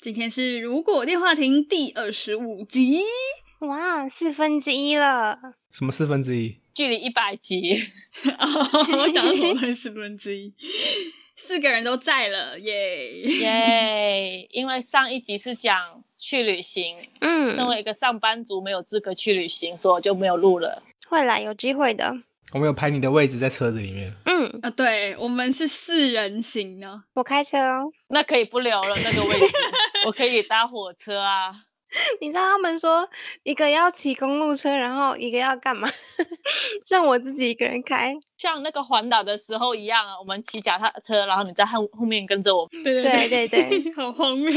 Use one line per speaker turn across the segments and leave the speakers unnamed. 今天是《如果电话亭》第二十五集，
哇，四分之一了，
什么四分之一？
距离一百集，
我讲的什么东西？四分之一，四个人都在了，耶！
耶！因为上一集是讲去旅行，身
嗯，
为一个上班族没有资格去旅行，所以我就没有录了。
会啦，有机会的。
我们有排你的位置在车子里面，
嗯，
啊，对，我们是四人行呢。
我开车哦。
那可以不聊了，那个位置我可以搭火车啊。
你知道他们说一个要骑公路车，然后一个要干嘛？ 让我自己一个人开。
像那个环岛的时候一样啊，我们骑脚踏车，然后你在后后面跟着我。
对
对对对，
好荒谬！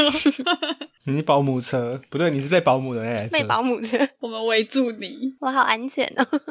你是保姆车不对，你是被保姆的那台车
被保姆车，
我们围住你，
我好安全哦。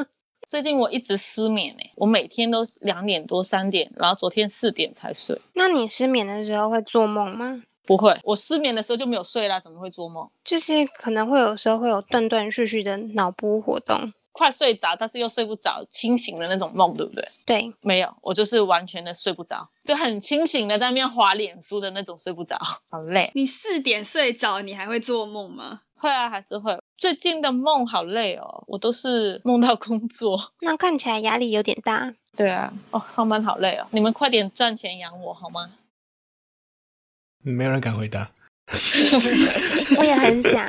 最近我一直失眠诶、欸我每天都两点多三点，然后昨天四点才睡。
那你失眠的时候会做梦吗？
不会，我失眠的时候就没有睡啦，怎么会做梦？
就是可能会有时候会有断断续续的脑波活动。
快睡着，但是又睡不着，清醒的那种梦，对不对？
对，
没有，我就是完全的睡不着，就很清醒的在那边滑脸书的那种睡不着，好累。
你四点睡着，你还会做梦吗？
会啊，还是会。最近的梦好累哦，我都是梦到工作。
那看起来压力有点大。
对啊，哦，上班好累哦，你们快点赚钱养我好吗？
嗯没有人敢回答。
我也很想，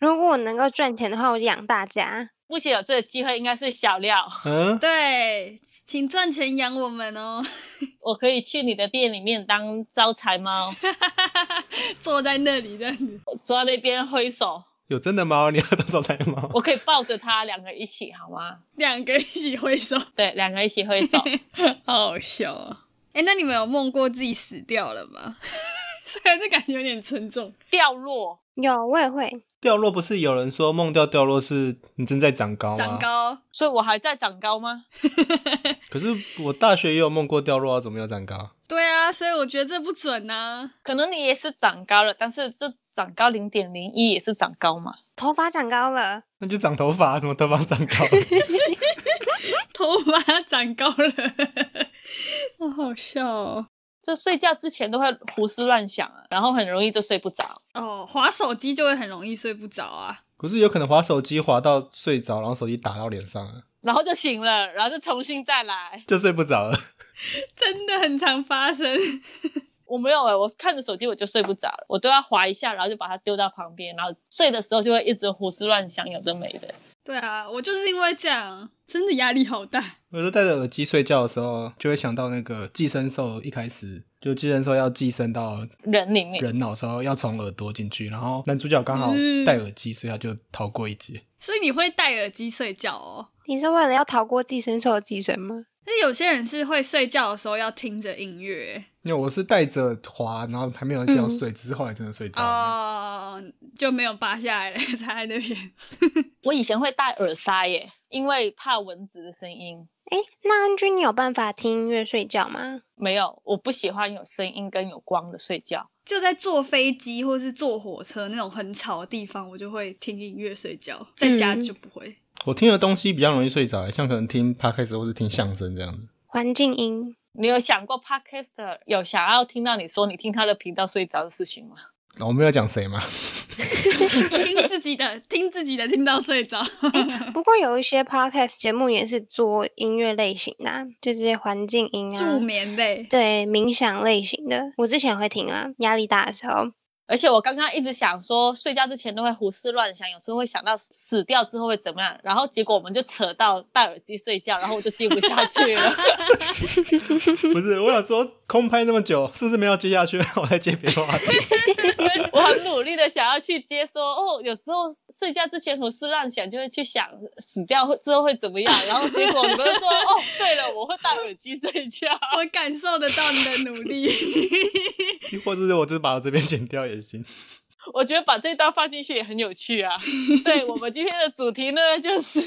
如果我能够赚钱的话，我就养大家。
目前有这个机会应该是小料，
嗯，
对，请赚钱养我们哦，
我可以去你的店里面当招财猫，
坐在那里这样子。
我坐在那边挥手，
有真的猫？你要当招财猫？
我可以抱着它，两个一起好吗？
两个一起挥手，
对，两个一起挥手。
好好笑啊！哎、那你们有梦过自己死掉了吗？ 虽然这感觉有点沉重，
掉落，
有，我也会。
掉落不是有人说梦掉掉落是你正在长高吗？
长。高
所以我还在长高吗？
可是我大学也有梦过掉落啊，怎么没有长高？
对啊，所以我觉得这不准啊呐、
可能你也是长高了，但是就长高零点零一也是长高嘛。
头发长高了，
那就长头发，怎么头发长高？
头发长高了， 我好笑哦。
就睡觉之前都会胡思乱想啊，然后很容易就睡不着。
哦，滑手机就会很容易睡不着啊。
可是有可能滑手机滑到睡着，然后手机打到脸上了，
然后就醒了，然后就重新再来。
就睡不着了。
真的很常发生，
我没有哎、我看着手机我就睡不着了，我都要划一下，然后就把它丢到旁边，然后睡的时候就会一直胡思乱想，有的没的。
对啊，我就是因为这样，啊真的压力好大。
我是戴着耳机睡觉的时候，就会想到那个寄生兽，一开始就寄生兽要寄生到
人里面，
人脑时候要从耳朵进去，然后男主角刚好
嗯
戴耳机，所以他就逃过一劫。
所以你会戴耳机睡觉哦？
你是为了要逃过寄生兽的寄生吗？
但是有些人是会睡觉的时候要听着音乐
因为我是戴着滑，然后还没有掉睡，只是后来真的睡着
嗯
了。
哦，就没有拔下来了， 插在那边。
我以前会戴耳塞耶、因为怕蚊子的声音。
诶，那安君，你有办法听音乐睡觉吗？
没有，我不喜欢有声音跟有光的睡觉。
就在坐飞机或是坐火车那种很吵的地方，我就会听音乐睡觉，在家就不会。
我听的东西比较容易睡着，欸像可能听 podcast 或是听相声这样子。
环境音，
你有想过 podcast 有想要听到你说你听他的频道睡着的事情吗？
哦我没有讲谁嘛，
听自己的，听自己的，听到睡着。
不过有一些 podcast 节目也是做音乐类型的、啊，就这些环境音
助
啊，
眠类，
对，冥想类型的，我之前会听啊，压力大的时候。
而且我刚刚一直想说，睡觉之前都会胡思乱想，有时候会想到死掉之后会怎么样，然后结果我们就扯到戴耳机睡觉，然后我就接不下去了。
不是，我想说空拍那么久，是不是没有接下去？我再接别的话题。
我很努力的想要去接说，哦，有时候睡觉之前胡思乱想，就会去想死掉会之后会怎么样，然后结果你们就说，哦，对了，我会戴耳机睡觉。
我感受得到你的努力。
或者是我只是把我这边剪掉也行。
我觉得把这段放进去也很有趣啊。对我们今天的主题呢，就是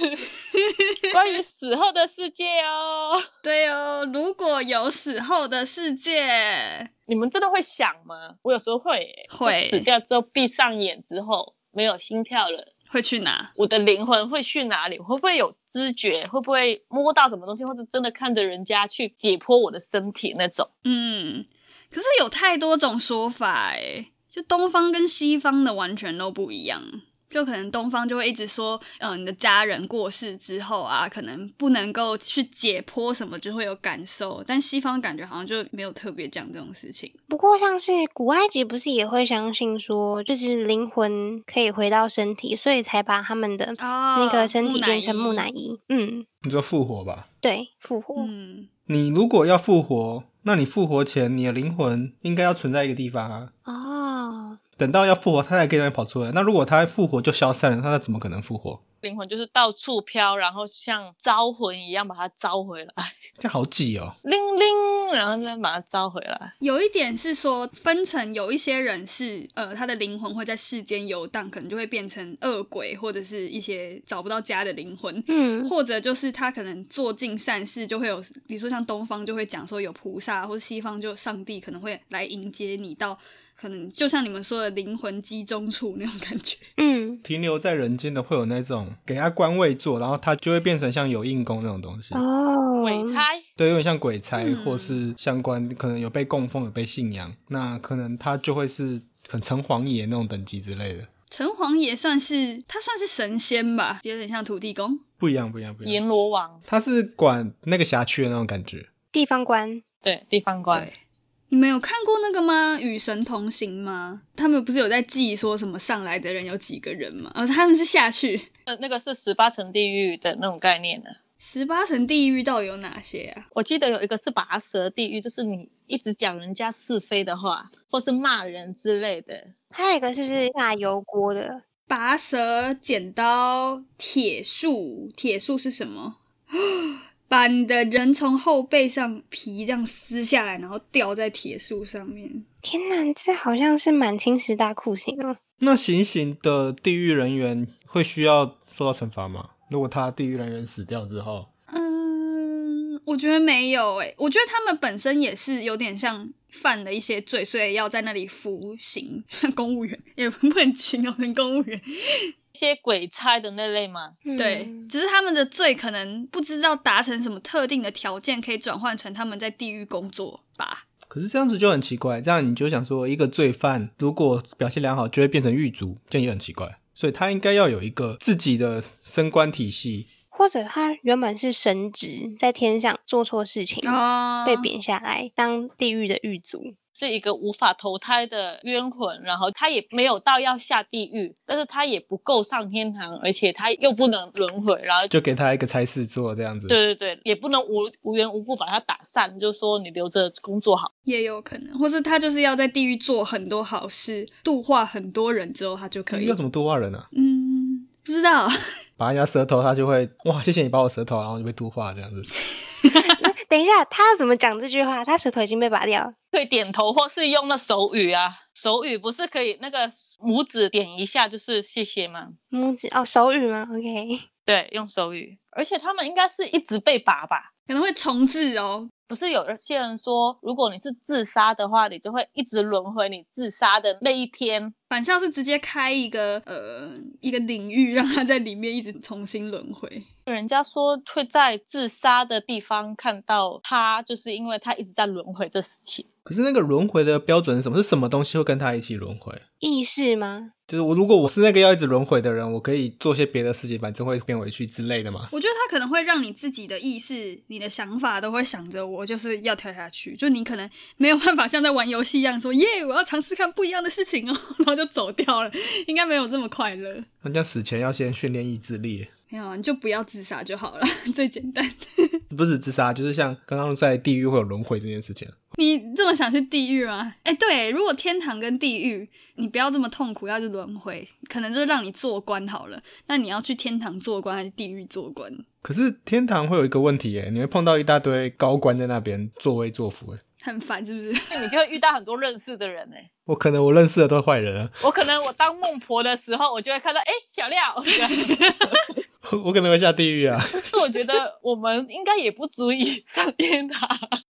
关于死后的世界哦。
对哦，如果有死后的世界，
你们真的会想吗？我有时候会耶、
会
就死掉之后闭上眼之后没有心跳了，
会去哪？
我的灵魂会去哪里？我会不会有知觉？会不会摸到什么东西，或者真的看着人家去解剖我的身体那种？
嗯，可是有太多种说法哎，就东方跟西方的完全都不一样。就可能东方就会一直说，嗯、你的家人过世之后啊，可能不能够去解剖什么，就会有感受。但西方感觉好像就没有特别讲这种事情。
不过，像是古埃及不是也会相信说，就是灵魂可以回到身体，所以才把他们的
哦
那个身体变成木乃
伊。
伊。嗯，
你说复活吧？
对，复活。
嗯，
你如果要复活，那你复活前你的灵魂应该要存在一个地方啊。
哦，
等到要复活，它才可以让你跑出来。那如果它复活就消散了，那它怎么可能复活？
灵魂就是到处飘，然后像招魂一样把它招回来，
这样好挤哦。
铃铃，然后再把它招回来。
有一点是说，分成有一些人是呃，他的灵魂会在世间游荡，可能就会变成恶鬼或者是一些找不到家的灵魂，
嗯，
或者就是他可能做尽善事，就会有，比如说像东方就会讲说有菩萨，或者西方就上帝可能会来迎接你到，可能就像你们说的灵魂集中处那种感觉。
嗯，
停留在人间的会有那种给他官位做，然后他就会变成像有印功那种东西，
哦，
鬼差，
对，有点像鬼差、
嗯
或是相关，可能有被供奉、有被信仰，那可能他就会是很城隍爷那种等级之类的，
城隍爷算是他算是神仙吧，有点像土地公。
不一样，不一样，不一
阎
样。
罗王，
他是管那个辖区的那种感觉，
地方官。
对，地方官
对。你们有看过那个吗？《与神同行》吗？他们不是有在记说什么上来的人有几个人吗？哦，他们是下去
呃那个是十八层地狱的那种概念呢、
十八层地狱到底有哪些啊？
我记得有一个是拔舌地狱，就是你一直讲人家是非的话，或是骂人之类的。
还有一个是不是下油锅的？
拔舌、剪刀、铁树，铁树是什么？ 把你的人从后背上皮这样撕下来，然后吊在铁树上面。
天哪，这好像是满清十大酷刑哦。
那行刑的地狱人员会需要受到惩罚吗？如果他地狱人员死掉之后，
嗯，我觉得没有诶、我觉得他们本身也是有点像犯了一些罪，所以要在那里服刑， 像公务员也不能形容成公务员，
一些鬼差的那类嘛，
对
嗯，
只是他们的罪可能不知道达成什么特定的条件，可以转换成他们在地狱工作吧。
可是这样子就很奇怪，这样你就想说，一个罪犯如果表现良好，就会变成狱卒，这样也很奇怪。所以他应该要有一个自己的升官体系，
或者他原本是神职，在天上做错事情，
哦
被贬下来当地狱的狱卒。
是一个无法投胎的冤魂，然后他也没有到要下地狱，但是他也不够上天堂，而且他又不能轮回，然后就
就给他一个差事做，这样子。
对对对，也不能无无缘无故把他打散，就说你留着工作好。
也有可能，或是他就是要在地狱做很多好事，度化很多人之后，他就可以
要。怎么度化人啊？
嗯，不知道，
把人家舌头，他就会哇，谢谢你把我舌头，然后就被度化这样子。
等一下，他要怎么讲这句话？他舌头已经被拔掉了。
可以点头，或是用那手语啊，手语不是可以那个拇指点一下就是谢谢吗？
拇指哦，手语吗？OK，
对，用手语，而且他们应该是一直被拔吧。
可能会重置哦。
不是有些人说，如果你是自杀的话，你就会一直轮回你自杀的那一天。
反校是直接开一个呃一个领域，让他在里面一直重新轮回。
人家说会在自杀的地方看到他，就是因为他一直在轮回这事情。
可是那个轮回的标准是什么？是什么东西会跟他一起轮回？
意识吗？
就是我如果我是那个要一直轮回的人，我可以做些别的事情，反正会变回去之类的嘛。
我觉得他可能会让你自己的意识、你的想法都会想着我就是要跳下去，就你可能没有办法像在玩游戏一样说耶，我要尝试看不一样的事情哦， 然后就走掉了，应该没有这么快乐。
那这样死前要先训练意志力，
没有啊，你就不要自杀就好了， 最简单。
不是自杀，就是像刚刚在地狱会有轮回这件事情。
你这么想去地狱吗？哎，对，如果天堂跟地狱，你不要这么痛苦，要去轮回，可能就让你做官好了。那你要去天堂做官还是地狱做官？
可是天堂会有一个问题耶，你会碰到一大堆高官在那边作威作福耶，
很烦是不是？
那你就会遇到很多认识的人哎、
我可能我认识的都是坏人啊，
我可能我当孟婆的时候，我就会看到，哎、小廖。这样
我可能会下地狱啊。
但我觉得我们应该也不足以 上天堂。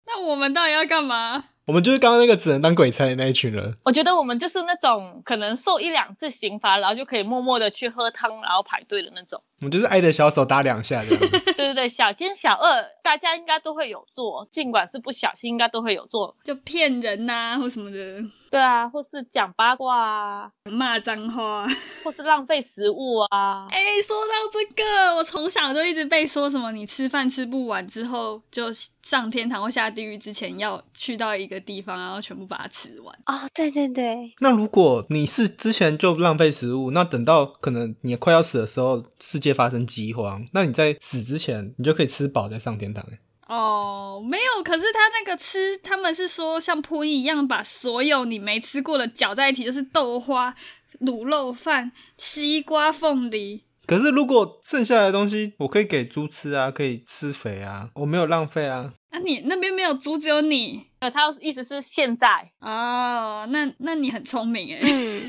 那我们到底要干嘛？
我们就是刚刚那个只能当鬼差的那一群人，
我觉得我们就是那种可能受一两次刑罚，然后就可以默默的去喝汤，然后排队的那种。
我们就是挨着小手打两下这样。
对对对，小奸小恶，大家应该都会有做，尽管是不小心，应该都会有做。
就骗人呐、或什么的，
对啊，或是讲八卦啊，
骂脏话。
或是浪费食物啊。
哎、说到这个，我从小就一直被说什么你吃饭吃不完之后就上天堂或下地狱之前要去到一个地方，然后全部把它吃完。
哦，对对对，
那如果你是之前就浪费食物，那等到可能你快要死的时候，世界发生饥荒，那你在死之前，你就可以吃饱再上天堂。欸
哦，没有，可是他那个吃，他们是说像扑一样，把所有你没吃过的搅在一起，就是豆花、卤肉饭、西瓜、凤梨。
可是如果剩下的东西，我可以给猪吃啊，可以施肥啊，我没有浪费啊。
那、你那边没有猪，只有你
呃，他意思是现在，
哦。那那你很聪明诶，
嗯，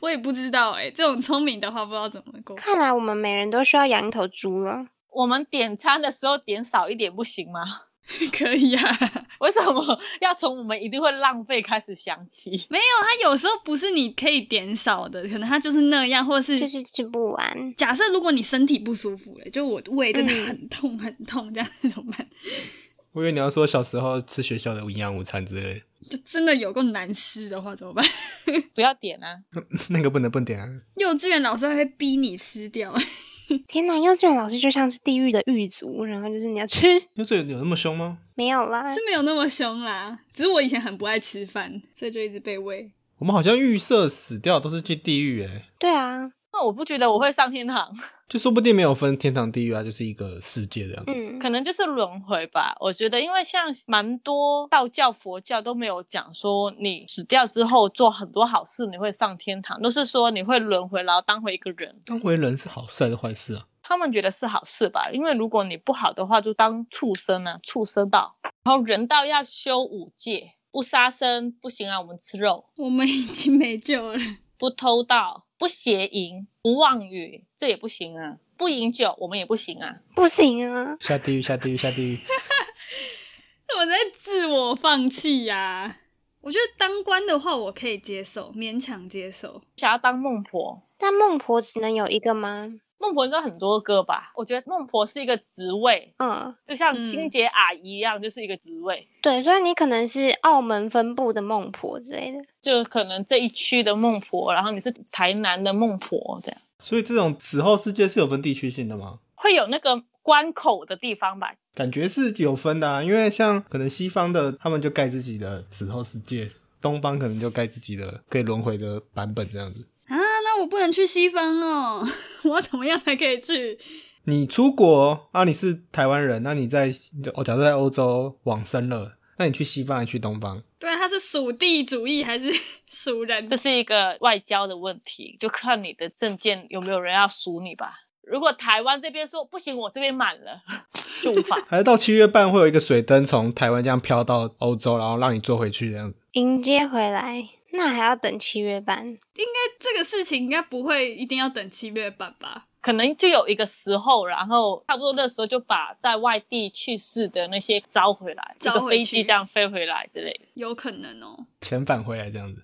我也不知道诶，这种聪明的话不知道怎么过。
看来我们每人都需要养一头猪了。
我们点餐的时候点少一点不行吗？
可以 啊，
为什么要从我们一定会浪费开始想起？
没有，它有时候不是你可以点少的，可能它就是那样，或是
就是吃不完。
假设如果你身体不舒服了，就我胃真的很痛很痛，这样怎么办？
我以为你要说小时候吃学校的营养午餐之类的，
就真的有够难吃的话怎么办？
不要点啊！
那个不能不点啊。
幼稚园老师还会逼你吃掉，
天哪，幼稚园老师就像是地狱的狱卒，然后就是你要吃，
那这有那么凶吗？
没有啦
是，没有那么凶啦。只是我以前很不爱吃饭，所以就一直被喂。
我们好像预设死掉都是去地狱，哎，
对啊，
那我不觉得我会上天堂，
就说不定没有分天堂地狱啊，就是一个世界这样。
嗯，
可能就是轮回吧。我觉得，因为像蛮多道教、佛教都没有讲说你死掉之后做很多好事你会上天堂，都是说你会轮回，然后当回一个人。
当回人是好事还是坏事啊？
他们觉得是好事吧，因为如果你不好的话，就当畜生啊，畜生道。然后人道要修五戒，不杀生不行啊，我们吃肉；
我们已经没救了，
不偷盗，不邪淫，不妄语，这也不行啊；不饮酒，我们也不行啊。
不行啊，
下地狱，下地狱，下地狱。
我在自我放弃呀、我觉得当官的话，我可以接受，勉强接受。
想要当孟婆，
但孟婆只能有一个吗？
孟婆应该很多个吧？我觉得孟婆是一个职位，
嗯，
就像
嗯
清洁阿姨一样，就是一个职位。
对，所以你可能是澳门分部的孟婆之类的。
就可能这一区的孟婆，然后你是台南的孟婆，这样
所以这种死后世界是有分地区性的吗？
会有那个关口的地方吧？
感觉是有分的啊，因为像可能西方的他们就盖自己的死后世界，东方可能就盖自己的可以轮回的版本这样子。
啊，那我不能去西方哦， 我要怎么样才可以去？
你出国啊，你是台湾人，那你在哦，假设在欧洲往生了，那你去西方还是去东方？
对啊，他是属地主义还是 属人
这？是一个外交的问题，就看你的证件有没有人要赎你吧。如果台湾这边说不行，我这边满了，就无法。
还是到七月半会有一个水灯从台湾这样飘到欧洲，然后让你坐回去这样子？
迎接回来，那还要等七月半。
这个事情应该不会一定要等七月半吧？
可能就有一个时候，然后差不多那时候就把在外地去世的那些招回来，这
招
个
回
飞
去
机这样飞回来之类的。
有可能哦。
遣返回来这样子？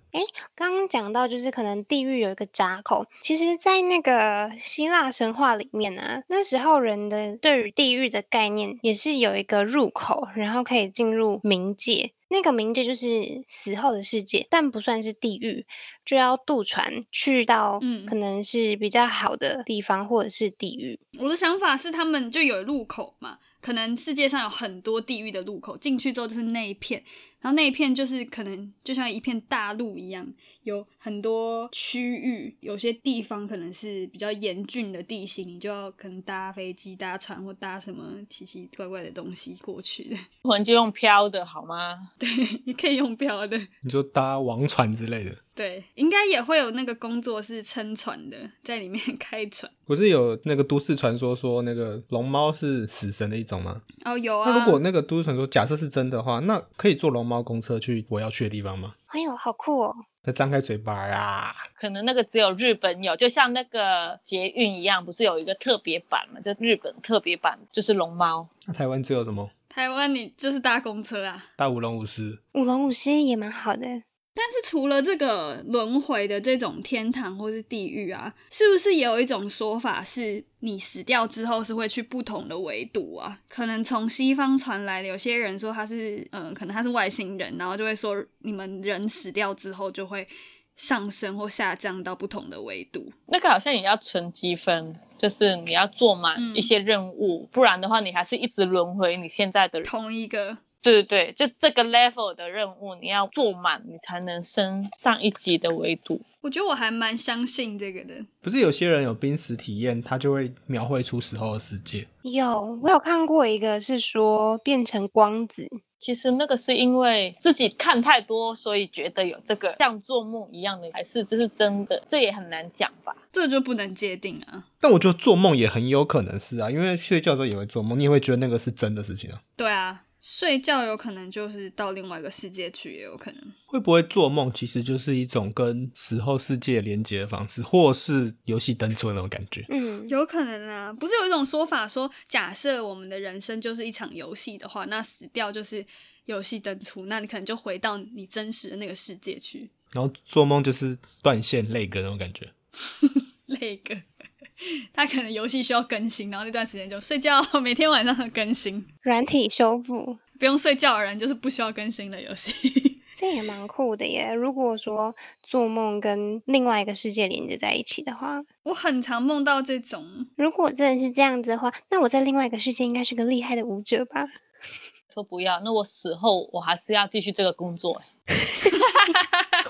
刚刚讲到，就是可能地狱有一个闸口。其实，在那个希腊神话里面呢、啊，那时候人的对于地狱的概念也是有一个入口，然后可以进入冥界。那个冥界就是死后的世界，但不算是地狱，就要渡船去到
嗯
可能是比较好的地方，或者是地狱。
我的想法是，他们就有入口嘛，可能世界上有很多地狱的入口，进去之后就是那一片，然后那一片就是可能就像一片大陆一样，有很多区域，有些地方可能是比较严峻的地形，你就要可能搭飞机、搭船或搭什么奇奇怪怪的东西过去的。
我们就用飘的好吗？
对，你可以用标的。
你说搭王船之类的？
对，应该也会有那个工作是撑船的，在里面 开船。
不是有那个都市传说说那个龙猫是死神的一种吗？
哦，有啊。
那如果那个都市传说假设是真的话，那可以做龙猫猫公车去我要去的地方吗？
哎呦，好酷哦！
它张开嘴巴啊呀、
可能那个只有日本有，就像那个捷运一样，不是有一个特别版嘛？就日本特别版就是龙猫，
那台湾只有什么
台湾你就是搭公车啊。
大舞龙舞狮，
舞龙舞狮也蛮好的，
但是除了这个轮回的这种天堂或是地狱啊，是不是也有一种说法是，你死掉之后是会去不同的维度啊？可能从西方传来的，有些人说他是，嗯、可能他是外星人，然后就会说你们人死掉之后就会上升或下降到不同的维度。
那个好像也要存积分，就是你要做满
嗯
一些任务，不然的话你还是一直轮回你现在的。
同一个
对对对，就这个 level 的任务你要做满，你才能升上一级的维度。
我觉得我还蛮相信这个的。
不是有些人有濒死体验，他就会描绘出死后的世界。
有我有看过一个是说变成光子，
其实那个是因为自己看太多，所以觉得有这个像做梦一样的，还是这是真的，这也很难讲吧。
这就不能界定啊。
但我觉得做梦也很有可能是啊，因为睡觉的时候也会做梦，你也会觉得那个是真的事情啊。
对啊，睡觉有可能就是到另外一个世界去，也有可能。
会不会做梦其实就是一种跟死后世界连接的方式，或是游戏登出的那种感觉？
嗯，
有可能啊，不是有一种说法说，假设我们的人生就是一场游戏的话，那死掉就是游戏登出，那你可能就回到你真实的那个世界去。
然后做梦就是断线泪哥那种感觉。
那个， 他可能游戏需要更新，然后那段时间就睡觉，每天晚上都更新，
软体修复，
不用睡觉的人就是不需要更新的游戏。
这也蛮酷的耶。如果说做梦跟另外一个世界连接在一起的话，
我很常梦到这种，
如果真的是这样子的话，那我在另外一个世界应该是个厉害的舞者吧？
说不要，那我死后我还是要继续这个工作、 欸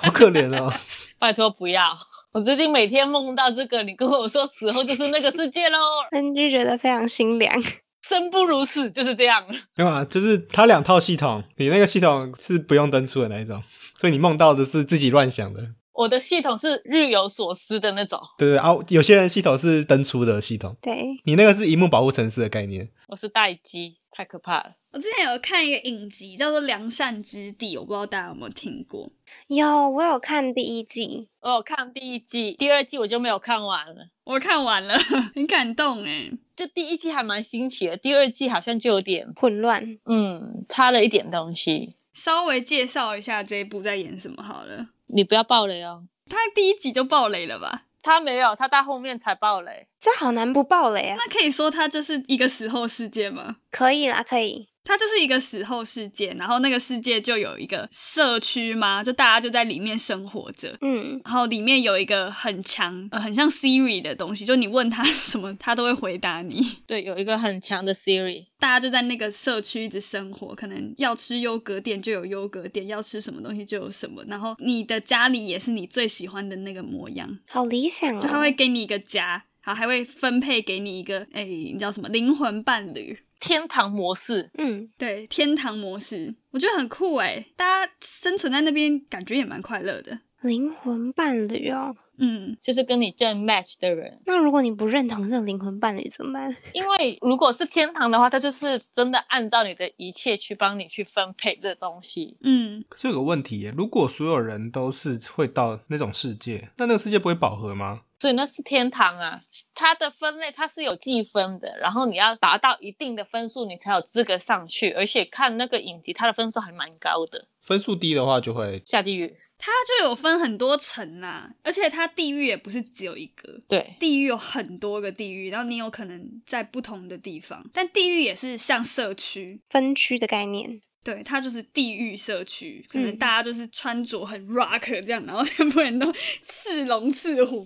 好可怜哦！
拜托不要！我最近每天梦到这个，你跟我说死后就是那个世界喽，
但嗯就觉得非常心凉。
生不如死就是这样。
没有啊，就是它两套系统，你那个系统是不用登出的那一种，所以你梦到的是自己乱想的。
我的系统是日有所思的那种，
对对啊，有些人系统是登出的系统，
对，
你那个是荧幕保护城市的概念。
我是待机，太可怕了。
我之前有看一个影集叫做《良善之地》，我不知道大家有没有听过。
有我有看第一季，
我有看第一季，第二季我就没有看完了。
我看完了， 很感动哎。
就第一季还蛮新奇的，第二季好像就有点，
混乱。
嗯，差了一点东西。
稍微介绍一下这一部在演什么好了。
你不要爆雷哦。
他第一集就爆雷了吧？
他没有，他到后面才爆雷。
这好难不爆雷啊！
那可以说它就是一个死后世界吗？
可以啦，可以。
它就是一个死后世界，然后那个世界就有一个社区嘛，就大家就在里面生活着。
嗯，
然后里面有一个很强，呃，很像 Siri 的东西，就你问他什么， 他都会回答你。
对，有一个很强的 Siri，
大家就在那个社区一直生活，可能要吃优格店就有优格店，要吃什么东西就有什么。然后你的家里也是你最喜欢的那个模样，
好理想哦。
就他会给你一个家，然后还会分配给你一个诶、你知道什么灵魂伴侣？
天堂模式。
嗯，
对，天堂模式，我觉得很酷诶、大家生存在那边感觉也蛮快乐的。
灵魂伴侣哦。
嗯，
就是跟你正 match 的人，
那如果你不认同这个灵魂伴侣怎么办？
因为如果是天堂的话，它就是真的按照你的一切去帮你去分配这东西。
嗯，
可是有个问题耶，如果所有人都是会到那种世界，那那个世界不会饱和吗？
所以那是天堂啊，它的分类它是有计分的，然后你要达到一定的分数，你才有资格上去。而且看那个影集，它的分数还蛮高的，
分数低的话就会
下地狱。
它就有分很多层啦、而且它地狱也不是只有一个。
对，
地狱有很多个地狱，然后你有可能在不同的地方，但地狱也是像社区，
分区的概念。
对，它就是地狱社区，可能
嗯
大家就是穿着很 rock 这样，然后全部人都 刺龙刺虎，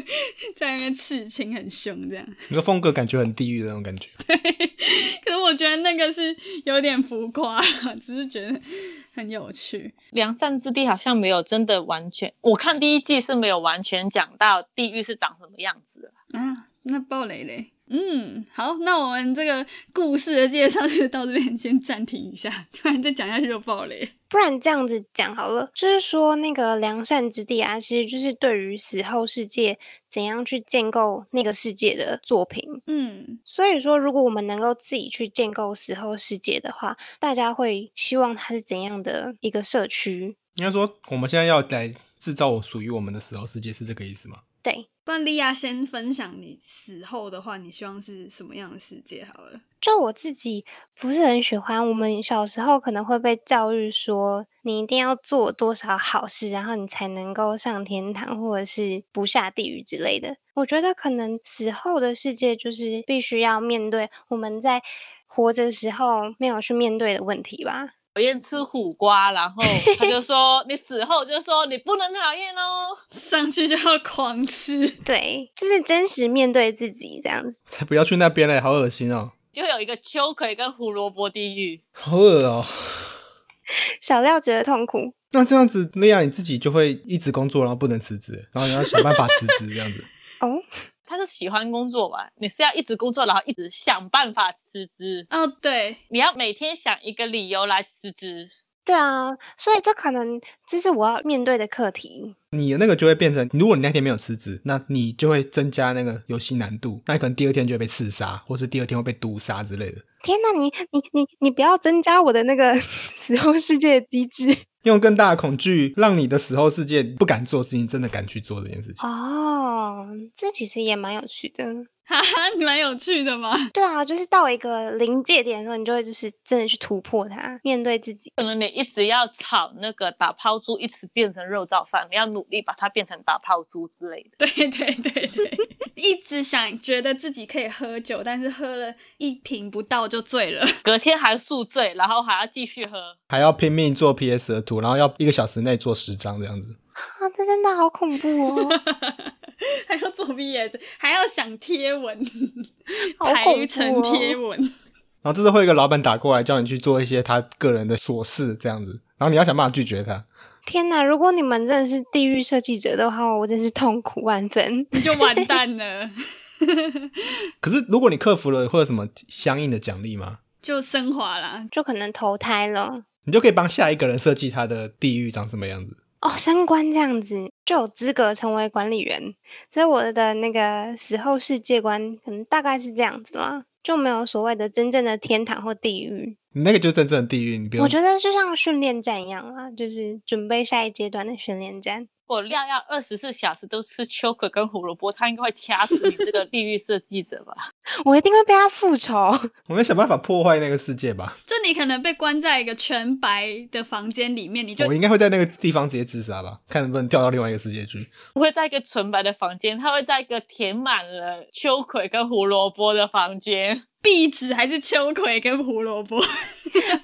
在那边刺青很凶这样。
你的风格感觉很地狱的那种感觉。
可是我觉得那个是有点浮夸啦，只是觉得很有趣。
良善之地好像没有真的完全，我看第一季是没有完全讲到地狱是长什么样子的。
啊，那暴雷嘞。嗯，好，那我们这个故事的介绍就到这边先暂停一下， 突然再讲下去就暴雷。
不然这样子讲好了，就是说那个良善之地啊，其实就是对于死后世界怎样去建构那个世界的作品。
嗯，
所以说，如果我们能够自己去建构死后世界的话，大家会希望它是怎样的一个社区？
应该说，我们现在要来制造属于我们的死后世界，是这个意思吗？
对，
不然莉亚先分享你死后的话，你希望是什么样的世界好了？
就我自己不是很喜欢，我们小时候可能会被教育说，你一定要做多少好事，然后你才能够上天堂，或者是不下地狱之类的。我觉得可能死后的世界就是必须要面对我们在活着时候没有去面对的问题吧。
讨厌吃苦瓜，然后他就说 你死后就说你不能讨厌哦。
上去就要狂吃，
对，就是真实面对自己这样子。
才不要去那边嘞，好恶心哦，
就会有一个秋葵跟胡萝卜地狱，
好恶哦。
小料觉得痛苦，
那这样子，莉亚你自己就会一直工作，然后不能辞职，然后你要想办法辞职这样子。
哦，
他是喜欢工作吧？你是要一直工作，然后一直想办法辞职，
哦，对，
你要每天想一个理由来辞职。
对啊，所以这可能就是我要面对的课题。
你的那个就会变成，如果你那天没有辞职，那你就会增加那个游戏难度，那你可能第二天就会被刺杀，或是第二天会被毒杀之类的。
天呐，你你你你不要增加我的那个 死后世界的机制
用更大的恐惧，让你的死后世界不敢做事情，真的敢去做这件事情。
哦，这其实也蛮有趣的。
哈哈，蛮有趣的嘛。
对啊，就是到一个临界点的时候，你就会就是真的去突破它，面对自己。
可能你一直要炒那个打抛猪，一直变成肉燥饭，你要努力把它变成打抛猪之类的。
对对对对，一直想觉得自己可以喝酒，但是喝了一瓶不到就醉了。
隔天还宿醉，然后还要继续喝。
还要拼命做 PS 的图，然后要一个小时内做十张这样子。
啊，这真的好恐怖 哦，
还要做 VS，还要想贴文，
好恐怖哦
排成贴文。
然后这时候会有一个老板打过来，叫你去做一些他个人的琐事这样子，然后你要想办法拒绝他。
天呐，如果你们真的是地狱设计者的话，我真是痛苦万分。
你就完蛋 了，
可是如果你克服了，会有什么相应的奖励吗？
就升华啦。
就可能投胎了
你就可以帮下一个人设计他的地狱长什么样子。
哦，升官这样子就有资格成为管理员，所以我的那个死后世界观可能大概是这样子啦，就没有所谓的真正的天堂或地狱。
你那个就是真正的地狱，你不用。
我觉得就像训练站一样啊，就是准备下一阶段的训练站。
我料要二十四小时都吃秋葵跟胡萝卜，他应该会掐死你这个地狱设计者吧？
我一定会被他复仇。
我们想办法破坏那个世界吧。
就你可能被关在一个全白的房间里面，你就
我应该会在那个地方直接自杀吧，看能不能跳到另外一个世界去。
不会在一个纯白的房间，他会在一个填满了秋葵跟胡萝卜的房间。
壁纸还是秋葵跟胡萝卜，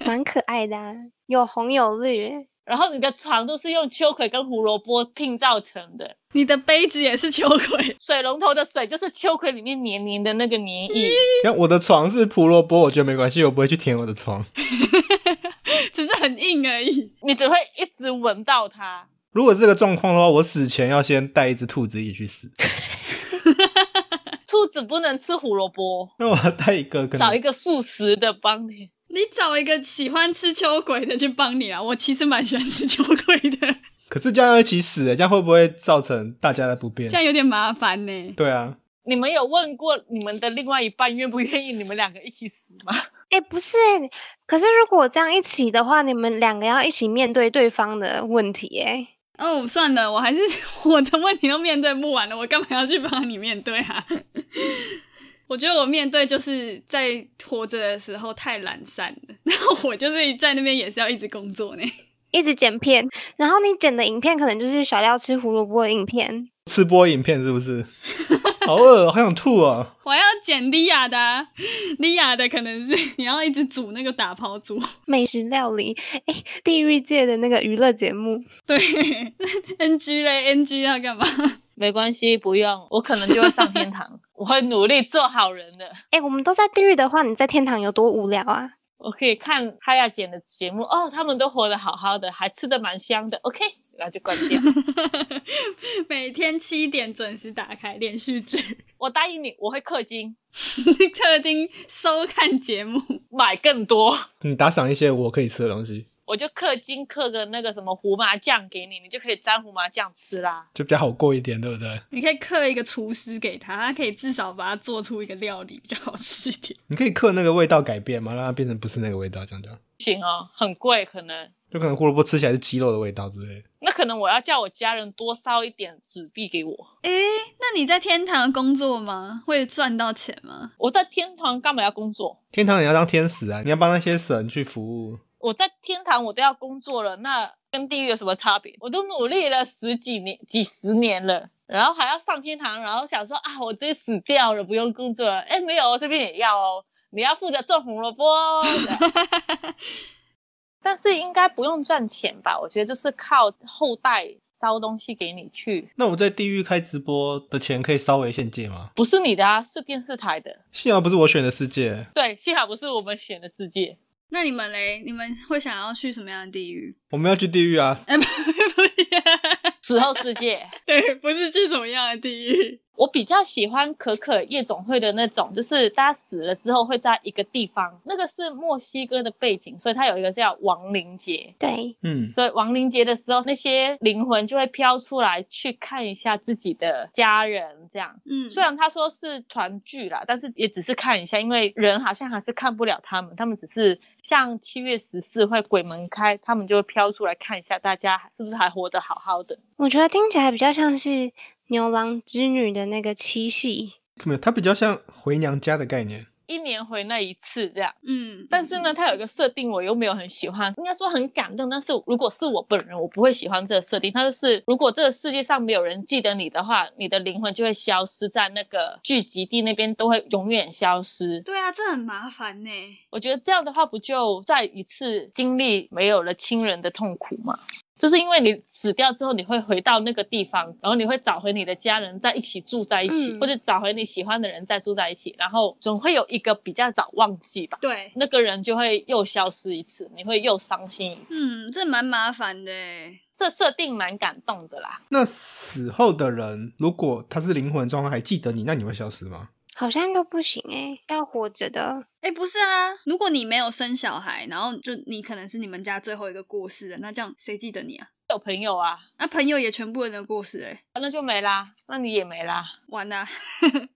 蛮可爱的、啊，有红有绿欸。
然后你的床都是用秋葵跟胡萝卜拼造成的，
你的杯子也是秋葵，
水龙头的水就是秋葵里面黏黏的那个黏液。
像我的床是胡萝卜，我觉得没关系，我不会去舔我的床。
只是很硬而已。
你只会一直闻到它。
如果这个状况的话，我死前要先带一只兔子一起去死。
兔子不能吃胡萝卜，
那我要带一个可能
找一个素食的帮你。
你找一个喜欢吃秋葵的去帮你啊！ 我其实蛮喜欢吃秋葵的，
可是这样要一起死，欸这样会不会造成大家的不便
这？样有点麻烦呢、
对啊，
你们有问过你们的另外一半愿不愿意你们两个一起死吗？
哎、不是欸、可是如果这样一起的话，你们两个要一起面对对方的问题、欸。
哦，算了，我还是 我的问题都面对不完了，我干嘛要去帮你面对啊？ 我觉得我面对就是在活着的时候太懒散了， 然后我就是在那边也是要一直工作呢。
一直剪片，然后你剪的影片可能就是小廖吃胡萝卜的影片，
吃播影片是不是？ 好饿哦，好想吐哦！
我要剪莉亚的、啊，莉亚的可能是 你要一直煮那个打抛猪，
美食料理，哎、地狱界的那个娱乐节目，
对 ，NG 嘞，NG 要干嘛？
没关系，不用，我可能就会上天堂， 我会努力做好人的。
哎、我们都在地狱的话，你在天堂有多无聊啊？
我可以看哈亚姐的节目哦，他们都活得好好的，还吃的蛮香的。OK，然后就关掉。
每天七点准时打开连续剧，
我答应你，我会氪金
特定收看节目，
买更多，
你打赏一些我可以吃的东西，
我就氪金氪个那个什么胡麻酱给你，你就可以沾胡麻酱吃啦。
就比较好过一点，对不对？
你可以刻一个厨师给他，他可以至少把它做出一个料理比较好吃一点。
你可以克那个味道改变嘛，让它变成不是那个味道，这样就好
行哦，很贵可能，
就可能胡萝卜吃起来是鸡肉的味道之类的。
那可能我要叫我家人多烧一点纸币给我。
诶，那你在天堂工作吗？会赚到钱吗？
我在天堂干嘛要工作？
天堂你要当天使啊，你要帮那些神去服务，
我在天堂我都要工作了，那跟地狱有什么差别？我都努力了十几年、几十年了，然后还要上天堂，然后想说啊，我终于死掉了，不用工作了。哎，没有哦，这边也要哦，你要负责种红萝卜哦。但是应该不用赚钱吧？我觉得就是靠后代烧东西给你去，
那我在地狱开直播的钱可以稍微限界吗？
不是你的啊，是电视台的。
幸好不是我选的世界，
对，幸好不是我们选的世界。
那你们嘞？你们会想要去什么样的地狱？
我们要去地狱啊！
哎、不 不是，
死后世界，
对，不是去什么样的地狱？
我比较喜欢可可夜总会的那种，就是大家死了之后会在一个地方，那个是墨西哥的背景，所以它有一个叫亡灵节。
对，
嗯，
所以亡灵节的时候，那些灵魂就会飘出来去看一下自己的家人，这样。
嗯，
虽然他说是团聚啦，但是也只是看一下，因为人好像还是看不了他们，他们只是像七月十四会鬼门开，他们就会飘出来看一下大家是不是还活得好好的。
我觉得听起来比较像是牛郎织女的那个七夕，
没有，它比较像回娘家的概念。
一年回那一次这样。
嗯，
但是呢，它有一个设定，我又没有很喜欢，应该说很感动。但是如果是我本人，我不会喜欢这个设定。它就是，如果这个世界上没有人记得你的话，你的灵魂就会消失在那个聚集地那边，都会永远消失。
对啊，这很麻烦呢。
我觉得这样的话，不就再一次经历没有了亲人的痛苦吗？就是因为你死掉之后，你会回到那个地方，然后你会找回你的家人，在一起住在一起，
嗯
或者找回你喜欢的人再住在一起，然后总会有一个比较早忘记吧。
对，
那个人就会又消失一次，你会又伤心一次。
嗯，这蛮麻烦的耶。
这设定蛮感动的啦。
那死后的人，如果他是灵魂状况还记得你，那你会消失吗？
好像都不行诶、要活着的。
哎，不是啊，如果你没有生小孩，然后就你可能是你们家最后一个过世的，那这样谁记得你啊？
有朋友啊，
那、朋友也全部人都过世哎，
啊那就没啦，那你也没啦。
完啦、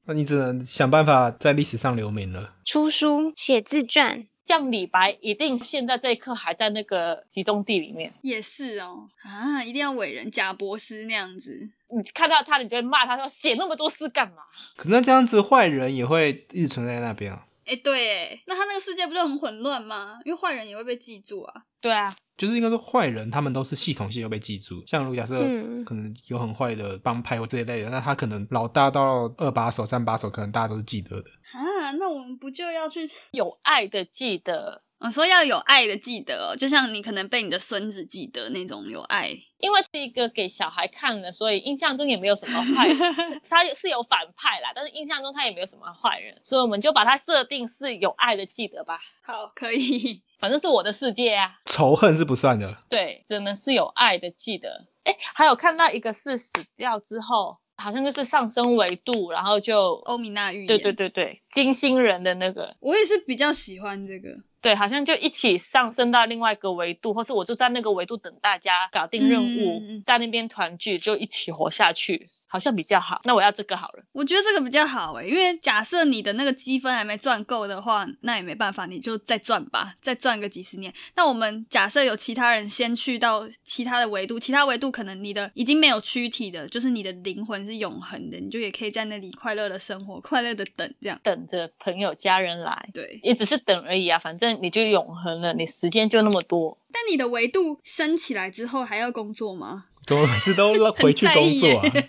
那你只能想办法在历史上留名了。
出书、写自传，
像李白，一定现在这一刻还在那个集中地里面。
也是哦，啊，一定要伟人贾博士那样子，
你看到他，你就会骂他说：“写那么多诗干嘛
可那这样子，坏人也会一直存在那边啊。
哎，对哎，那他那个世界不就很混乱吗？因为坏人也会被记住啊。？”
对啊，
就是应该说，坏人他们都是系统性又被记住。像如果假设
嗯
可能有很坏的帮派或这一类的，那他可能老大到二把手、三把手，可能大家都是记得的。
啊，那我们不就要去？
有爱的记得，
我说要有爱的记得哦，就像你可能被你的孙子记得那种有爱。
因为是一个给小孩看的，所以印象中也没有什么坏人。 他是有反派啦，但是印象中他也没有什么坏人，所以我们就把它设定是有爱的记得吧。
好，可以。
反正是我的世界啊。
仇恨是不算的，
对，只能是有爱的，记得。哎，还有看到一个是死掉之后，好像就是上升维度，然后就，
欧米娜预言，
对对，对对，金星人的那个，
我也是比较喜欢这个。
对，好像就一起上升到另外一个维度，或是我就在那个维度等大家搞定任务，
嗯嗯嗯
在那边团聚，就一起活下去，好像比较好。那我要这个好了，
我觉得这个比较好欸诶，因为假设你的那个积分还没赚够的话，那也没办法，你就再赚吧，再赚个几十年。那我们假设有其他人先去到其他的维度，其他维度可能你的已经没有躯体的，就是你的灵魂是永恒的，你就也可以在那里快乐的生活，快乐的等这样。
等着朋友家人来。
对，
也只是等而已啊，反正你就永恒了，你时间就那么多。
但你的维度升起来之后还要工作吗？
怎么每次都回去工作啊
很？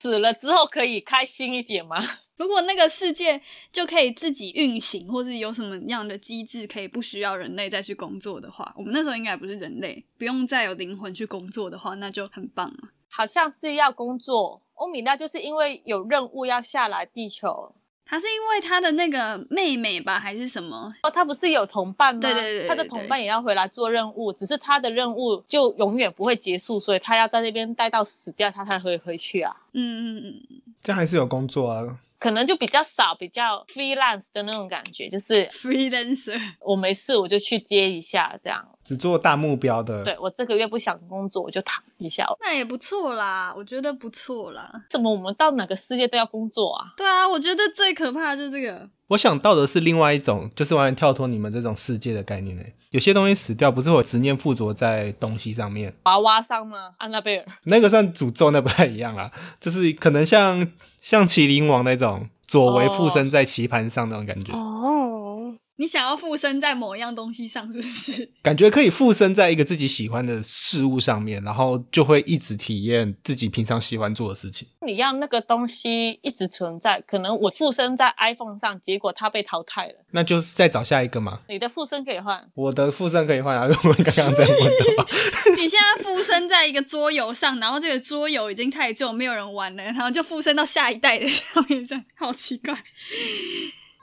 死了之后可以开心一点吗？
如果那个世界就可以自己运行，或是有什么样的机制可以不需要人类再去工作的话，我们那时候应该不是人类，不用再有灵魂去工作的话，那就很棒了。
好像是要工作。欧米娜就是因为有任务要下来地球，
他是因为他的那个妹妹吧，还是什么？
哦，他不是有同伴吗？
对对对对
他的同伴也要回来做任务，只是他的任务就永远不会结束，所以他要在那边待到死掉，他才会回去啊。
嗯嗯嗯嗯
这样还是有工作啊。
可能就比较少，比较 freelance 的那种感觉，就是
，freelancer，
我没事我就去接一下这样。
只做大目标的，
对我这个月不想工作，我就躺一下。
那也不错啦，我觉得不错啦。
怎么我们到哪个世界都要工作啊？
对啊，我觉得最可怕的就是这个。
我想到的是另外一种，就是完全跳脱你们这种世界的概念呢。有些东西死掉，不是会有执念附着在东西上面，
娃娃桑吗？安娜贝尔？
那个算诅咒，那不太一样啦。就是可能像像麒麟王那种，左为附身在棋盘上那种感觉，
哦，
你想要附身在某一样东西上，是不是？
感觉可以附身在一个自己喜欢的事物上面，然后就会一直体验自己平常喜欢做的事情。
你要那个东西一直存在，可能我附身在 iPhone 上，结果它被淘汰了。
那就是再找下一个嘛。
你的附身可以换，
我的附身可以换啊，我刚刚在问的吧。
你现在附身在一个桌游上，然后这个桌游已经太旧，没有人玩了，然后就附身到下一代的上面，这样好奇怪。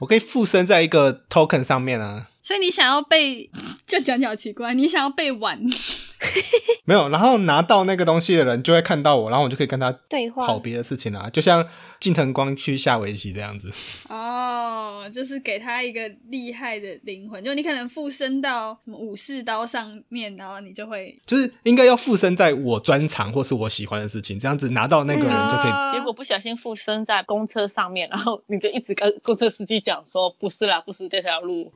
我可以附身在一个 token 上面啊，
所以你想要被，这样讲起来好奇怪，你想要被玩，
没有，然后拿到那个东西的人就会看到我，然后我就可以跟他
对话
跑别的事情啦、就像近藤光去下围棋这样子。
哦，就是给他一个厉害的灵魂，就你可能附身到什么武士刀上面，然后你就会
就是应该要附身在我专长或是我喜欢的事情，这样子拿到
嗯
那个人就可以。
啊
结果不小心附身在公车上面，然后你就一直跟公车司机讲说：“不是啦，不是这条路。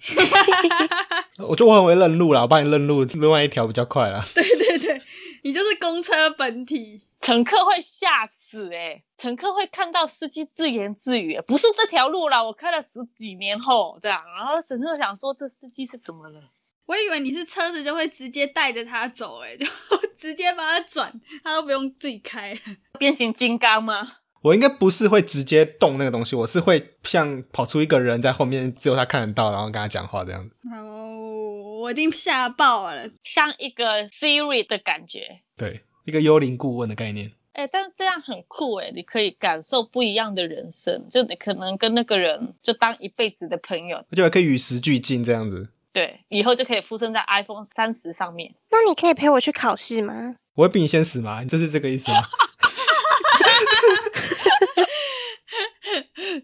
我就我很会认路啦，我帮你认路，另外一条比较快啦。
对对对，你就是公车本体。”
乘客会吓死诶、乘客会看到司机自言自语、不是这条路啦，我开了十几年后这样，然后乘客想说这司机是怎么了？
我以为你是车子就会直接带着他走、欸，哎，就 直接帮他转，他都不用自己开了。
变形金刚吗？
我应该不是会直接动那个东西，我是会像跑出一个人在后面，只有他看得到，然后跟他讲话这样子。
哦，我一定吓爆了。
像一个 Siri 的感觉。
对，一个幽灵顾问的概念。
哎，但是这样很酷哎，你可以感受不一样的人生，就你可能跟那个人就当一辈子的朋友，
而且还可以与时俱进这样子。
对，以后就可以附身在 iPhone 三十上面。
那你可以陪我去考试吗？
我会比你先死吗？你这是这个 意思吗？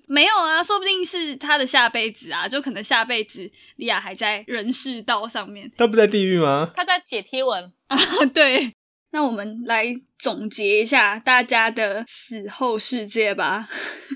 没有啊，说不定是他的下辈子啊，就可能下辈子莉亚还在人世道上面。
他不在地狱吗？
他在解贴文，
对，那我们来总结一下大家的死后世界吧。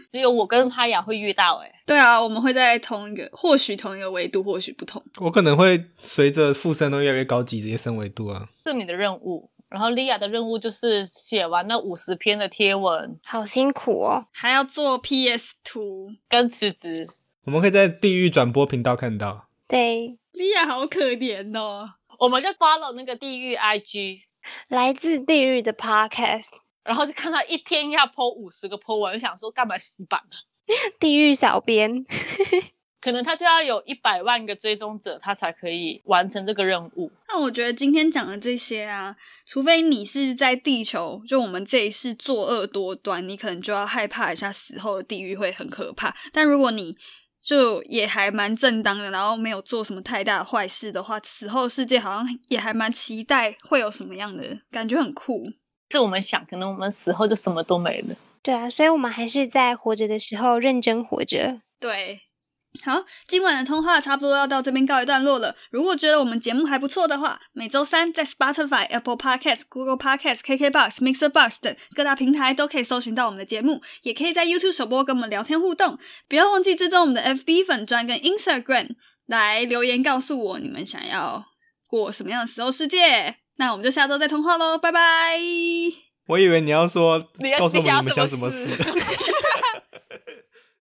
只有我跟哈雅会遇到哎，
对啊，我们会在同一个，或许同一个维度，或许不同。
我可能会随着附身都越来越高级，直接升维度啊。
是你的任务。然后莉亚的任务就是写完那五十篇的贴文
好辛苦哦。
还要做 PS 图，
跟辞职，
我们可以在地狱转播频道看到。
对，
莉亚好可怜哦。
我们就 follow 那个地狱 IG，
来自地狱的 Podcast，
然后就看他一天要 po 五十个 po 文，想说干嘛洗版啊？
地狱小编，
可能他就要有一百万个追踪者，他才可以完成这个任务。
那我觉得今天讲的这些啊，除非你是在地球，就我们这一世作恶多端，你可能就要害怕一下死后的地狱会很可怕。但如果你就也还蛮正当的，然后没有做什么太大的坏事的话，死后世界好像也还蛮期待会有什么样的感觉，很酷。
是我们想，可能我们死后就什么都没了。
对啊，所以我们还是在活着的时候认真活着。
对，好，今晚的通话差不多要到这边告一段落了。如果觉得我们节目还不错的话，每周三在 Spotify、Apple Podcast、Google Podcast、KKBox、Mixer Box 等各大平台都可以搜寻到我们的节目，也可以在 YouTube 首播跟我们聊天互动。不要忘记追踪我们的 FB 粉专跟 Instagram，来留言告诉我你们想要过什么样的时候世界。那我们就下周再通话喽，拜拜。
我以为你要说
你要
告诉我
你想
们
要
你们想怎么
死
死。？